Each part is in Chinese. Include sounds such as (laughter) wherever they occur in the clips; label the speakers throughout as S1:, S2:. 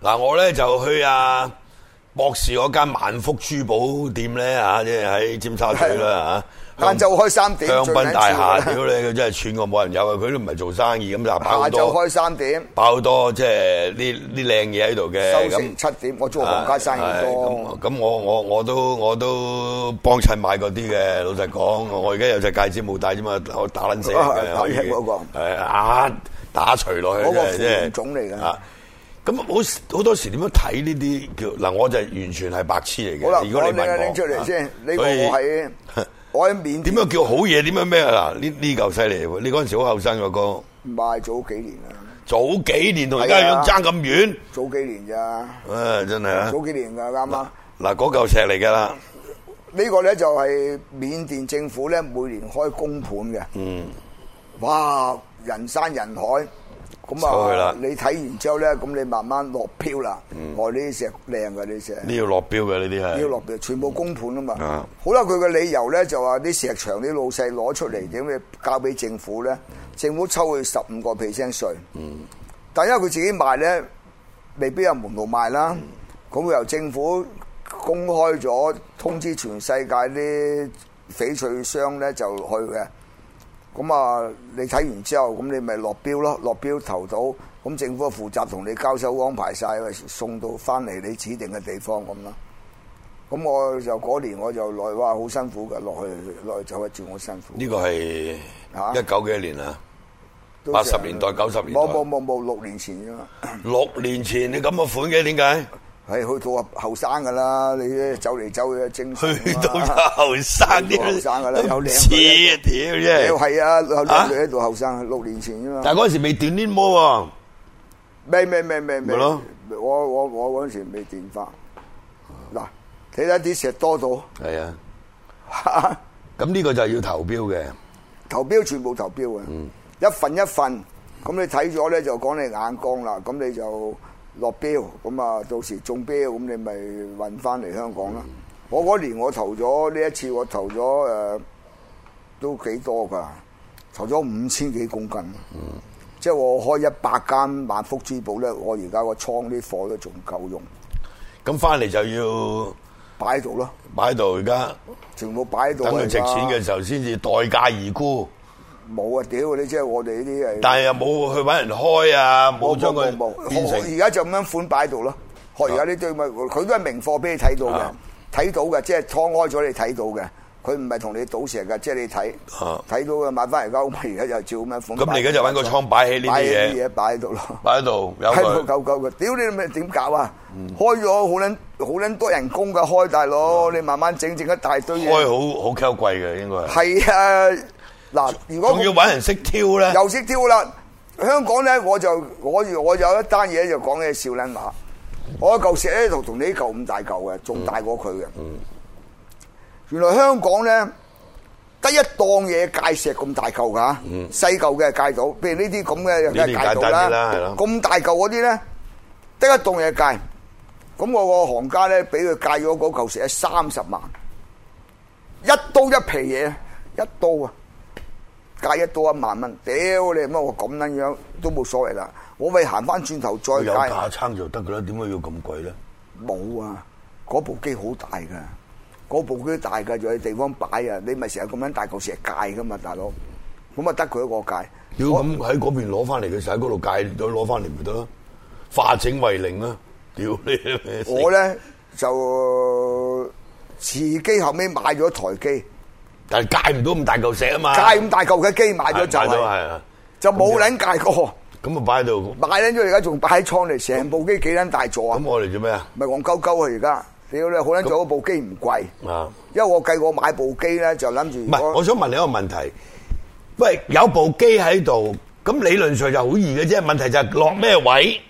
S1: 嗱，我咧就去啊博士嗰間萬福珠寶店咧嚇，即係喺尖沙咀啦嚇。
S2: 啊晏晝開三點
S1: 香
S2: 最啊
S1: 檳
S2: 緊
S1: 大廈，
S2: (laughs) 要
S1: 屌你佢真係串過冇人有啊！佢都唔係做生意咁，就擺好
S2: 下晝
S1: 多
S2: 開三點，
S1: 擺好多即係呢呢靚嘢喺度嘅。
S2: 收成
S1: 咁
S2: 七點。我做行家生意
S1: 啊係
S2: 多
S1: 咁，咁我我我都我都幫襯買嗰啲嘅。老實講，我而家有隻戒指冇戴啫嘛，我打撚死人嘅
S2: 啊
S1: 可以
S2: 打贏嗰個
S1: 係啊打除落去
S2: 嗰個
S1: 嘅，即係
S2: 副總嚟㗎
S1: 啊咁好好多時點樣睇呢啲叫嗱？我就完全係白痴嚟嘅。
S2: 好啦，
S1: 如
S2: 我
S1: 果
S2: 哋
S1: 你問我啊
S2: 拎出嚟先，呢個
S1: 所以 (laughs)
S2: 我喺我喺緬
S1: 點
S2: 甸
S1: 樣叫好嘢？點樣咩啊？嗱，呢呢嚿犀利喎！你嗰陣時好後生個哥，
S2: 賣早幾年啦，
S1: (laughs) 早幾年同而家
S2: 係啊
S1: 樣爭咁遠，
S2: 早幾年咋，
S1: 唉，真係啊！
S2: 早幾年㗎啱啱。
S1: 嗱，嗰嚿石嚟㗎啦，
S2: 呢個咧就係緬甸政府咧每年開公盤嘅，嗯，哇人山人海，咁
S1: 收佢啦
S2: 啊你睇完之後咧，咁你慢慢落標啦，我呢啲石靚嘅呢啲石。
S1: 呢要落標嘅呢啲係
S2: 要。落標，全部公盤啊嘛
S1: 啊。
S2: 好啦，佢嘅理由咧就話啲石場啲老細攞出嚟點嘅交俾政府咧，政府抽佢十五個 percent 税。嗯，但因為佢自己賣咧，未必有門路賣啦。咁佢由政府公開咗通知全世界啲翡翠商咧就去嘅。咁啊，你睇完之後，咁你咪落標咯，落標投到，咁政府負責同你交收安排晒，送到翻嚟你指定嘅地方咁啦。咁我就嗰年我就來哇，好辛苦嘅，落去落去走一轉好辛苦。
S1: 呢個係
S2: 啊
S1: 一九幾年啊，
S2: 都
S1: 80
S2: 成
S1: 年代90年代
S2: 冇冇冇冇六年前啫嘛，
S1: 六年前你咁嘅款嘅，點解？
S2: 係去到啊後生噶啦，你走嚟走去精神啊
S1: (laughs) 去到後生
S2: 去到後生㗎啦
S1: 啲，
S2: 有
S1: 都唔
S2: 靚
S1: 似啊！
S2: 女
S1: 屌真係。
S2: 係啊，有
S1: 啊
S2: 兩女喺度後生，六年前啫嘛。
S1: 但係嗰陣時未斷黏膜
S2: 未未未
S1: 咪
S2: 未未，
S1: 咯
S2: 我我我嗰陣時未電化。嗱，睇睇啲石多到，
S1: 喎。係啊，咁呢個就係要投標嘅。
S2: 投標全部投標嘅，一份一份。咁你睇咗咧就講你眼光啦，咁你就落標，咁啊到時中標，咁你咪運翻嚟香港啦。我嗰年我投咗呢一次我投咗誒、呃都幾多㗎，投咗五千幾公斤。即係我開一百間萬福珠寶咧，我而家個倉啲貨都仲夠用，
S1: 咁翻嚟就要
S2: 擺喺度咯。
S1: 擺喺度，而家
S2: 全部擺喺度
S1: 等佢
S2: 㗎
S1: 值錢嘅時候先至待價而沽。
S2: 冇啊！屌你，即係我哋呢啲係，
S1: 但係又冇去揾人開啊，冇
S2: 冇
S1: 將
S2: 冇冇
S1: 佢變
S2: 冇，
S1: 成
S2: 學而家就咁樣款擺喺度咯。學而家呢堆咪，佢都係明貨俾你睇到嘅
S1: 啊，
S2: 睇到嘅，即係劏開咗你睇到嘅。佢唔係同你賭石嘅，即係你睇
S1: 啊
S2: 睇到嘅買翻嚟交，咁咪而家就照咁樣款擺。
S1: 咁你而家就揾個倉擺起呢啲嘢
S2: 擺起啲嘢擺喺度咯。
S1: 擺喺度有
S2: 係冇
S1: 佢。嗯
S2: 夠夠嘅，屌你咪點搞啊？開咗好撚好撚多人工嘅開大
S1: 啊
S2: 佬，你慢慢整整一大堆
S1: 開
S2: 嘢。
S1: 好好 Q 貴嘅應該係，
S2: 係啊，嗱，如果
S1: 仲要揾人識挑咧。
S2: 又識挑啦。香港咧，我就我我有一單嘢就講嘅笑撚話，我嚿石咧同同你呢嚿咁大嚿嘅，仲大過佢嘅。原來香港咧得一檔嘢界石咁大嚿㗎，細嚿嘅界到，譬如呢啲咁
S1: 呢
S2: 嘅
S1: 啲
S2: 梗係
S1: 簡
S2: 界到
S1: 單啲啦
S2: 啦
S1: 係咯，
S2: 咁大嚿嗰啲咧得一檔嘢界。咁我個行家咧俾佢界咗嗰嚿石三十萬，一刀一皮嘢，一刀啊！戒一刀一萬蚊，屌你乜我咁撚樣都冇所謂啦，我咪行翻轉頭再
S1: 有
S2: 戒
S1: 架撐就得噶啦，點解要咁貴咧？
S2: 冇啊！嗰部機好大噶，嗰部機大噶，仲有地方擺啊！你咪成日咁樣大嚿石戒噶嘛，大佬，咁啊得佢一個戒。
S1: 要咁喺嗰邊攞翻嚟嘅時候，喺嗰度戒咗攞翻嚟咪得咯，化整為零啦！屌你！
S2: 我，咧就自己後尾買咗台機，
S1: 但係戒唔到咁大嚿石啊嘛，
S2: 戒咁大嚿嘅機買咗就
S1: 戒到
S2: 係，
S1: 係啊，
S2: 就冇撚戒過，
S1: 咁啊擺喺度，
S2: 買撚咗而家仲擺喺倉嚟，成部機幾撚大座啊
S1: 咁！我嚟做咩啊？
S2: 咪戇鳩鳩啊！而家屌你好撚做嗰部機唔貴。
S1: 啊，
S2: 因為我計我買部機咧，就諗住
S1: 唔係，我想問你一個問題，喂，有部機喺度，咁理論上就好易嘅啫，問題就係落咩位？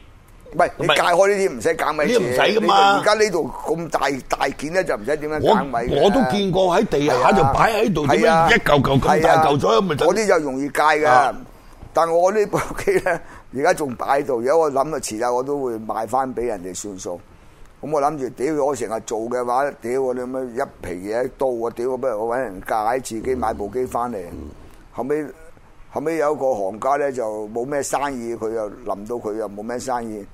S2: 唔係你
S1: 唔係
S2: 界開呢啲唔使減位
S1: 呢
S2: 置，
S1: 啲唔使㗎嘛
S2: 呢度而家呢度咁大大件咧，就唔使點樣
S1: 我
S2: 減位嘅
S1: 我都見過喺地
S2: 係啊
S1: 下就擺喺度，點
S2: 係啊
S1: 解一嚿嚿咁大嚿
S2: 係啊
S1: 咗咪就
S2: 嗰啲就容易界嘅
S1: 啊。
S2: 但我呢部機咧，而家仲擺喺度，而家我諗啊，遲下我都會賣翻俾人哋算數。咁我諗住，屌我成日做嘅話，屌我你乜一皮嘢一刀，我屌哎我不如我揾人解，自己買部機翻嚟。後尾後尾有一個行家咧就冇咩生意，佢又臨到佢又冇咩生意，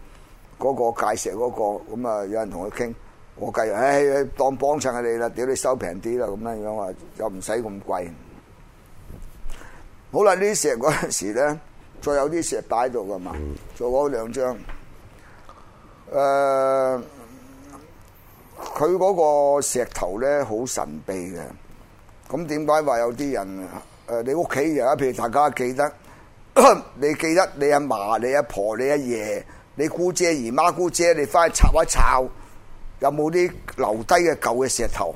S2: 嗰個界石嗰、個，咁啊有人同佢傾，我計，唉、哎當幫襯你啦，屌你收平啲啦，咁樣樣啊，又唔使咁貴。好啦，呢啲石嗰陣時咧，再有啲石擺喺度噶嘛，做嗰兩張，誒、佢嗰個石頭咧好神秘嘅。咁點解話有啲人誒、呃你屋企人啊，譬如大家記得， (coughs) 你記得你阿嫲、你阿婆、你阿爺、你姑姐、姨媽、姑姐，你翻去抄一抄，有冇啲留低嘅舊嘅石頭，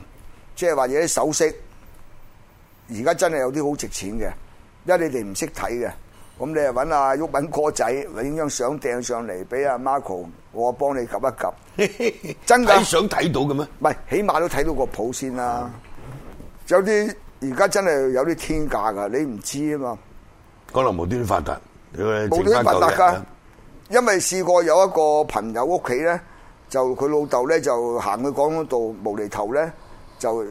S2: 即係或者啲首飾。而家真係有啲好值錢嘅，因為你哋唔識睇嘅。咁你就揾阿鬱敏哥仔影張相掟上嚟俾阿 Marco，我幫你及一及。
S1: (laughs)
S2: 真㗎
S1: 睇相睇到嘅咩？
S2: 唔係，起碼都睇到個譜先啦。有啲而家真係有啲天價㗎，你唔知啊嘛，
S1: 可能無端端發達，屌你
S2: 冇
S1: 剩翻
S2: 端發
S1: 嚿
S2: 達㗎
S1: 人。
S2: 因為試過有一個朋友屋企咧，就佢老豆咧就行去廣東道無厘頭咧，就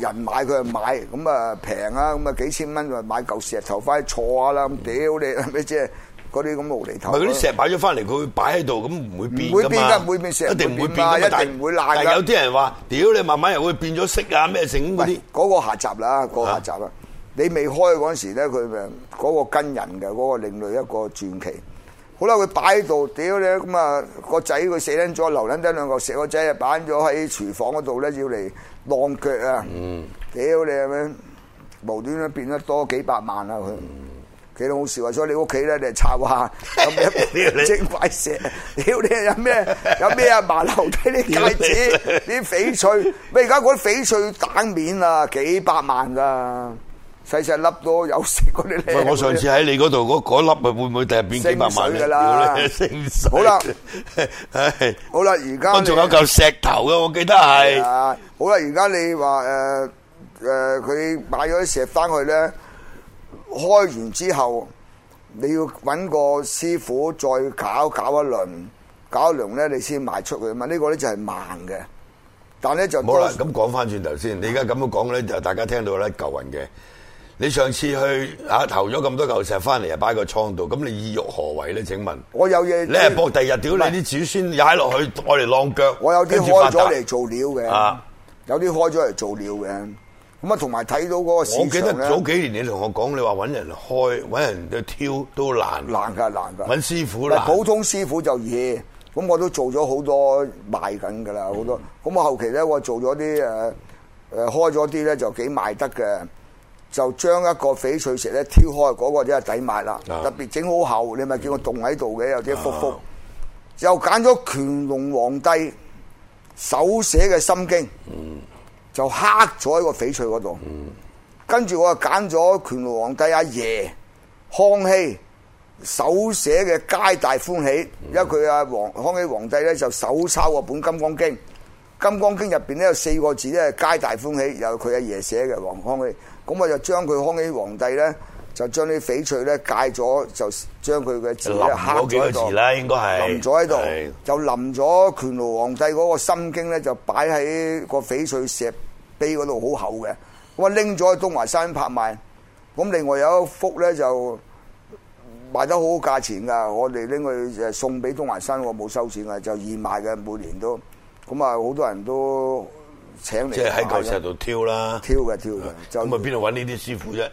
S2: 人買佢就買，咁啊平啊，咁啊幾千蚊就買嚿石頭翻去坐下啦，咁屌你咩即係嗰啲咁無厘
S1: 唔
S2: 頭。啊
S1: 係嗰啲石擺咗翻嚟，佢會擺喺度，咁唔會變
S2: 唔會
S1: 㗎
S2: 變
S1: 嘛？
S2: 㗎唔會變石
S1: 一定唔會
S2: 唔會
S1: 變
S2: 變
S1: 㗎
S2: 㗎
S1: 嘛但
S2: 一定唔會爛㗎
S1: 但有啲人話：屌你，慢慢又會變咗色啊，咩成嗰
S2: 喂
S1: 啲。
S2: 嗰個下集啦，嗰個下集啦。你未開嗰陣時咧，佢咪嗰個跟人嘅嗰、個另類一個傳奇。好啦，佢擺喺度，屌你咁啊！個仔佢死撚咗，留撚低兩嚿石，個仔啊擺咗喺廚房嗰度咧，要嚟晾腳啊！屌你咁樣，無端端變得多幾百萬啊！佢幾好笑啊！所以你屋企咧，你係插
S1: (laughs)
S2: 下有咩精怪石？屌你有咩有咩啊？麻留低啲戒 (laughs) 指。啲翡翠，咩而家嗰啲翡翠蛋面啊，幾百萬噶，細細粒都有食嗰啲咧。
S1: 喂，我上次喺你嗰度嗰嗰粒，會唔會第日變幾百萬
S2: 升
S1: 咧？
S2: 水㗎啦
S1: 屌你升水
S2: 好啦，
S1: (laughs) 唉
S2: 好啦，而家
S1: 我
S2: 你
S1: 仲有嚿石頭嘅，我記得係。
S2: 啊，好啦，而家你話誒誒，佢、買咗啲石翻去咧，開完之後，你要揾個師傅再搞搞一輪，搞一輪咧，你先賣出去啊嘛。呢、個咧就係慢嘅，但咧就
S1: 好啦
S2: 多，
S1: 咁講翻轉頭先，你而家咁樣講咧，就大家聽到咧舊雲嘅。你上次去啊投咗咁多嚿石翻嚟，又擺個倉度，咁你意欲何為咧？請問？
S2: 我有嘢，
S1: 你係搏第日屌你啲子孫踩落去，我嚟晾腳。
S2: 我有啲
S1: 跟住
S2: 開
S1: 發
S2: 咗
S1: 達
S2: 嚟做料嘅，
S1: 啊
S2: 有啲開咗嚟做料嘅。咁啊，同埋睇到嗰個
S1: 我
S2: 市
S1: 記得
S2: 場
S1: 早
S2: 咧，
S1: 幾年你同我講，你話揾人開，揾人去挑都難，
S2: 難㗎難㗎。
S1: 揾師傅
S2: 嗱
S1: 難。
S2: 普通師傅就易，咁我都做咗好多賣緊㗎啦，
S1: 嗯
S2: 好多。咁我後期咧，我做咗啲誒誒開咗啲咧就幾賣得嘅，就將一個翡翠石咧挑開嗰個真係抵買啦，
S1: 啊
S2: 特別整好厚，你咪見個洞喺度嘅，有啲複複
S1: 啊。
S2: 又揀咗乾隆皇帝手寫嘅《心經》，
S1: 嗯
S2: 就刻咗喺個翡翠嗰度。跟住我又揀咗乾隆皇帝阿爺康熙手寫嘅《皆大歡喜》，因為佢阿皇康熙皇帝咧就手抄個本《金剛經》，《金剛經》入邊咧有四個字咧係皆大歡喜，由佢阿爺寫嘅皇康熙。咁我就將佢康熙皇帝咧就將啲翡翠咧戒咗，就將佢嘅字
S1: 淋
S2: 咧刻
S1: 嗰幾
S2: 咗
S1: 個
S2: 喺度
S1: 字。啦，應該係
S2: 淋咗
S1: 係
S2: 喺度，就淋咗乾隆皇帝嗰個心經咧，就擺喺個翡翠石碑嗰度好厚嘅。咁啊拎咗去東華山拍賣。咁另外有一幅咧就賣得好好價錢㗎，我哋拎去誒送俾東華山，我冇收錢㗎，就義賣嘅，每年都。咁啊，好多人都請嚟買嘅。
S1: 即係喺嚿石度挑啦。
S2: 挑嘅挑嘅，就
S1: 咁啊，邊度揾呢啲師傅啫？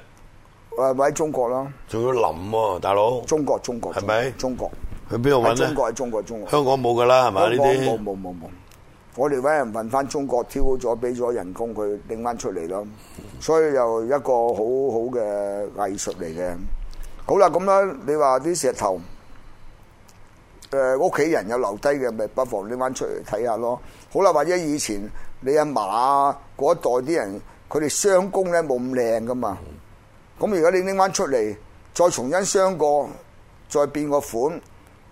S2: 誒咪喺中國啦，
S1: 仲要淋喎，大佬。
S2: 中國中國
S1: 係咪
S2: 中國
S1: 去邊度
S2: 喺
S1: 揾
S2: 中
S1: 咧？
S2: 國喺中國中國。
S1: 香港冇噶啦，係咪呢
S2: 冇
S1: 啲？
S2: 冇冇冇，我哋揾人運翻中國，挑好咗，俾咗人工佢拎翻出嚟咯。所以又一個好好嘅藝術嚟嘅。好啦，咁啦，你話啲石頭，誒屋企人有留低嘅，咪不妨拎翻出嚟睇下咯。好啦，或者以前你阿嫲啊嗰一代啲人，佢哋相工咧冇咁靚噶嘛。咁而家你拎翻出嚟，再重新傷過，再變個款，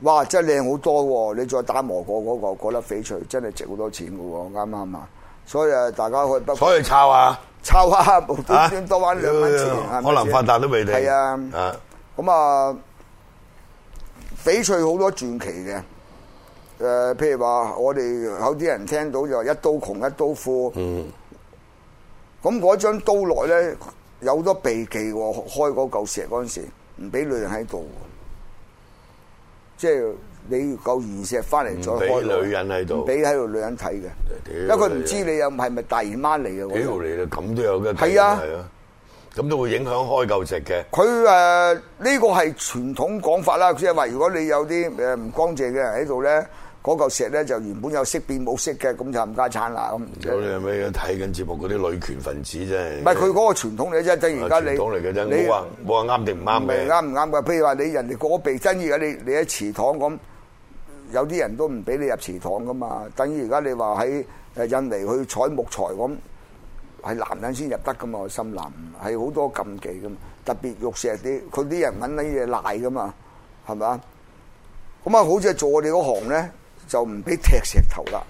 S2: 哇！真係靚好多喎！你再打磨過嗰、個嗰粒翡翠，真係值好多錢嘅喎，啱唔啱啊？所以誒，大家可以不
S1: 所以抄啊！
S2: 抄下，無
S1: 啊哎
S2: 端端多翻兩蚊錢，係咪
S1: 可能
S2: 先
S1: 發達都未定。
S2: 係啊，
S1: 啊，
S2: 咁啊，翡翠好多傳奇嘅。誒、譬如話，我哋有啲人聽到就話一刀窮一刀富。
S1: 嗯，
S2: 咁嗰張刀內咧有好多避忌喎，開嗰嚿石嗰陣時，唔俾女人喺度喎，即係你要夠原石翻嚟再
S1: 唔俾
S2: 開路
S1: 女人喺度
S2: 唔俾喺度女人睇嘅，
S1: 屌
S2: 因為佢
S1: 你
S2: 唔
S1: 啊
S2: 知你又係咪大姨媽嚟嘅
S1: 屌
S2: 喎。
S1: 你啦，咁都有嘅，
S2: 係啊
S1: 係啊，咁都會影響開嚿食嘅。
S2: 佢誒呢個係傳統講法啦，即係話如果你有啲誒唔乾淨嘅人喺度咧，嗰嚿石咧就原本有色變冇色嘅，咁就唔加餐啦咁。
S1: 有你咩睇緊節目嗰啲女權分子真係，
S2: 啊唔係佢嗰個傳統嚟啫，等於而家
S1: 啊傳
S2: 你
S1: 統嚟嘅啫，
S2: 你
S1: 冇話冇話啱定唔啱
S2: 唔係
S1: 嘅。
S2: 啱唔啱嘅。譬如話你人哋過鼻真而家你你喺祠堂咁，有啲人都唔俾你入祠堂噶嘛。等於而家你話喺誒印尼去採木材咁，係男人先入得噶嘛，深藍係好多禁忌噶嘛。特別玉石啲，佢啲人揾啲嘢賴噶嘛，係咪啊？咁啊，好似做我哋嗰行咧，就唔俾踢石頭啦。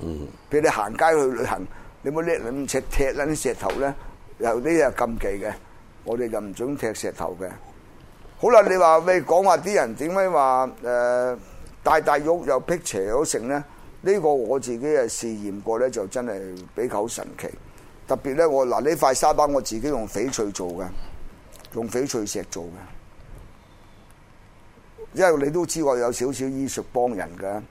S2: 俾你行街去旅行，你冇叻咁石踢撚啲石頭咧，有啲又禁忌嘅，我哋就唔准踢石頭嘅。好啦，你話喂講話啲人點解話誒大大玉又辟邪又成咧？呢、個我自己係試驗過咧，就真係比較神奇。特別咧，我嗱呢塊沙板我自己用翡翠做嘅，用翡翠石做嘅。因為你都知我有少少醫術幫人嘅，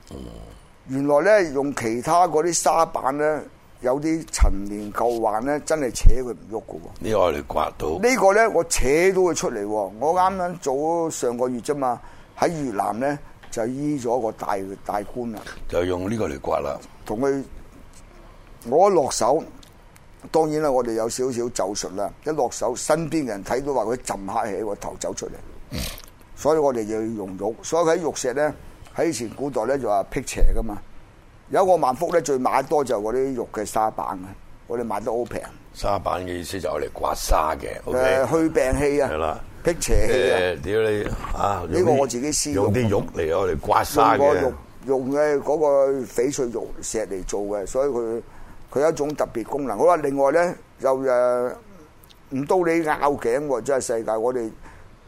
S2: 原來咧用其他嗰啲沙板咧，有啲陳年舊患咧，真係扯佢唔喐嘅喎。
S1: 呢個我哋刮到，
S2: 呢個咧，我扯到佢出嚟喎。我啱啱早上個月啫嘛，喺越南咧就醫咗個大大官啦，
S1: 就用呢個嚟刮啦。
S2: 同佢我一落手，當然啦，我哋有少少咒術啦。一落手，身邊嘅人睇到話佢浸黑起個頭走出嚟，所以我哋就要用玉。所以喺玉石咧，喺以前古代咧就話辟邪噶嘛。有一個萬福咧，最買得多就係嗰啲玉嘅沙板啊，我哋買得好平。
S1: 沙板嘅意思就係嚟刮沙嘅
S2: 誒、
S1: ，OK，
S2: 去病氣
S1: 係
S2: 啊
S1: 啦，
S2: 辟邪氣啊。
S1: 誒屌你啊！
S2: 呢個
S1: 用啲
S2: 我自己私欲
S1: 用啲玉嚟我嚟刮沙
S2: 用個
S1: 嘅
S2: 玉，用嘅嗰個翡翠玉石嚟做嘅，所以佢佢有一種特別功能。好啦，另外咧又誒唔到你拗頸喎，真係世界我哋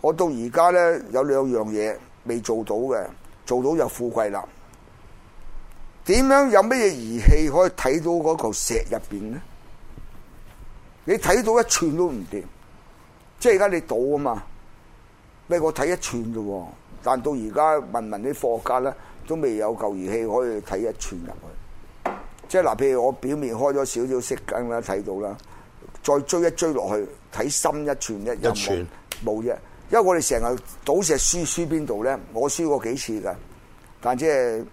S2: 我到而家咧有兩樣嘢未做到嘅，做到就富貴啦。點樣有咩嘢儀器可以睇到嗰嚿石入邊咧？你睇到一寸都唔掂，即係而家你賭啊嘛。咩？我睇一寸啫喎，但到而家問問啲科學家咧，都未有嚿儀器可以睇一寸入去。即係嗱，譬如我表面開咗少少色根啦，睇到啦，再追一追落去，睇深一寸一有冇
S1: 一寸
S2: 冇啫。因為我哋成日賭石輸輸邊度咧，我輸過幾次㗎，但即係。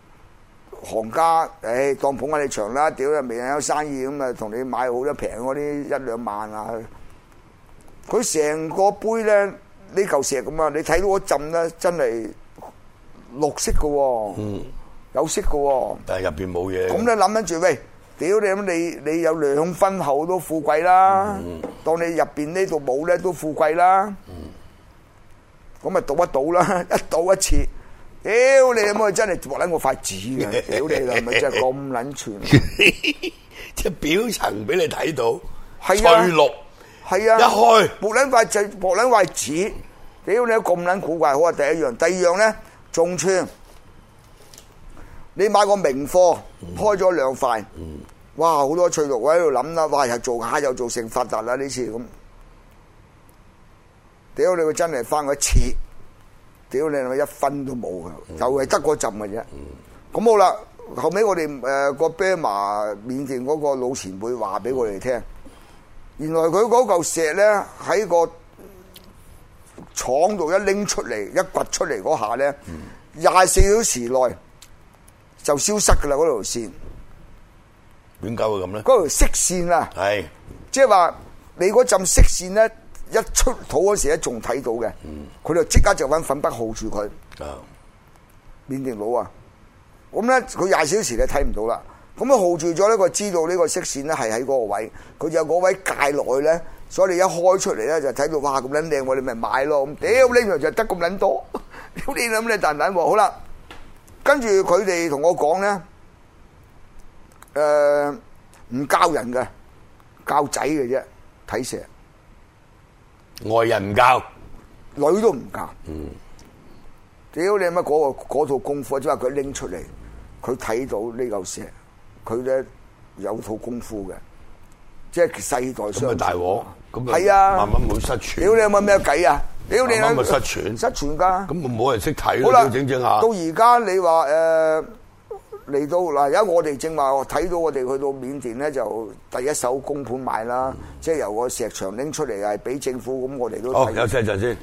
S2: 行家，誒當捧下你場啦，屌又未有生意咁啊，同你買好多平嗰啲一兩萬啊。佢成個杯咧，呢嚿石咁啊，你睇到嗰浸咧，真係綠色嘅喎，有色嘅喎。
S1: 但係入邊冇嘢。
S2: 咁你諗緊住喂，屌你咁你你有兩分厚都富貴啦，當你入邊呢度冇咧都富貴啦，咁咪賭一賭啦， (laughs) 一賭一次。屌你咁啊！真係畫撚我塊紙嘅，啊屌你啦！咪真係咁撚
S1: (laughs)
S2: 串，啊
S1: 即係表層俾你睇到，
S2: 係啊
S1: 翠綠
S2: 係啊！
S1: 一開
S2: 木撚塊就木撚塊紙，屌你咁撚古怪，好啊！第一樣，第二樣咧中穿，你買個名貨開咗兩塊，哇！好多翠綠我喺度諗啦，哇！又做下又做成發達啦呢次咁，屌你佢真係翻過一次，屌你咪一分都冇嘅，就係得嗰浸嘅啫。咁好啦，後尾我哋誒個啤麻緬甸嗰個老前輩話俾我哋聽。原來佢嗰嚿石咧喺個廠度一拎出嚟，一掘出嚟嗰下咧，廿四小時內就消失噶啦嗰條線，
S1: 點解會咁咧？
S2: 嗰條色線啊，
S1: 係
S2: 即係話你嗰陣色線咧一出土嗰時咧仲睇到嘅，佢就即刻就揾粉筆號住佢。
S1: 啊，
S2: 緬甸佬啊。咁咧，佢廿小時咧睇唔到啦。咁啊，號住咗呢個知道呢個色線咧係喺嗰個位，佢就有嗰位界落去咧，所以你一開出嚟咧就睇到哇咁撚靚，我哋咪買咯。咁屌呢樣就得咁撚多， (laughs) 屌你諗你蛋蛋喎。好啦，跟住佢哋同我講咧，誒、唔教人嘅，教仔嘅啫，睇蛇。
S1: 外人唔教，
S2: 女都唔嫁。
S1: 嗯
S2: 屌你乜嗰個嗰套功夫，即係話佢拎出嚟，佢睇到呢嚿石，佢咧有套功夫嘅，即係世代
S1: 咁咪
S2: 相
S1: 大鑊，咁咪
S2: 係啊
S1: 慢慢冇失傳。
S2: 屌你有冇咩計啊？屌你
S1: 慢
S2: 啊！
S1: 慢咪失傳
S2: 失傳㗎。
S1: 咁冇人識睇
S2: 好啦
S1: 咯，，整整下
S2: 到。而家你話誒呃嚟到嗱，而家我哋正話我睇到我哋去到緬甸咧，就第一
S1: 嗯
S2: 手公盤買啦，即係由個石場拎出嚟係俾政府，咁我哋都
S1: 好，
S2: 睇
S1: 休息一陣先。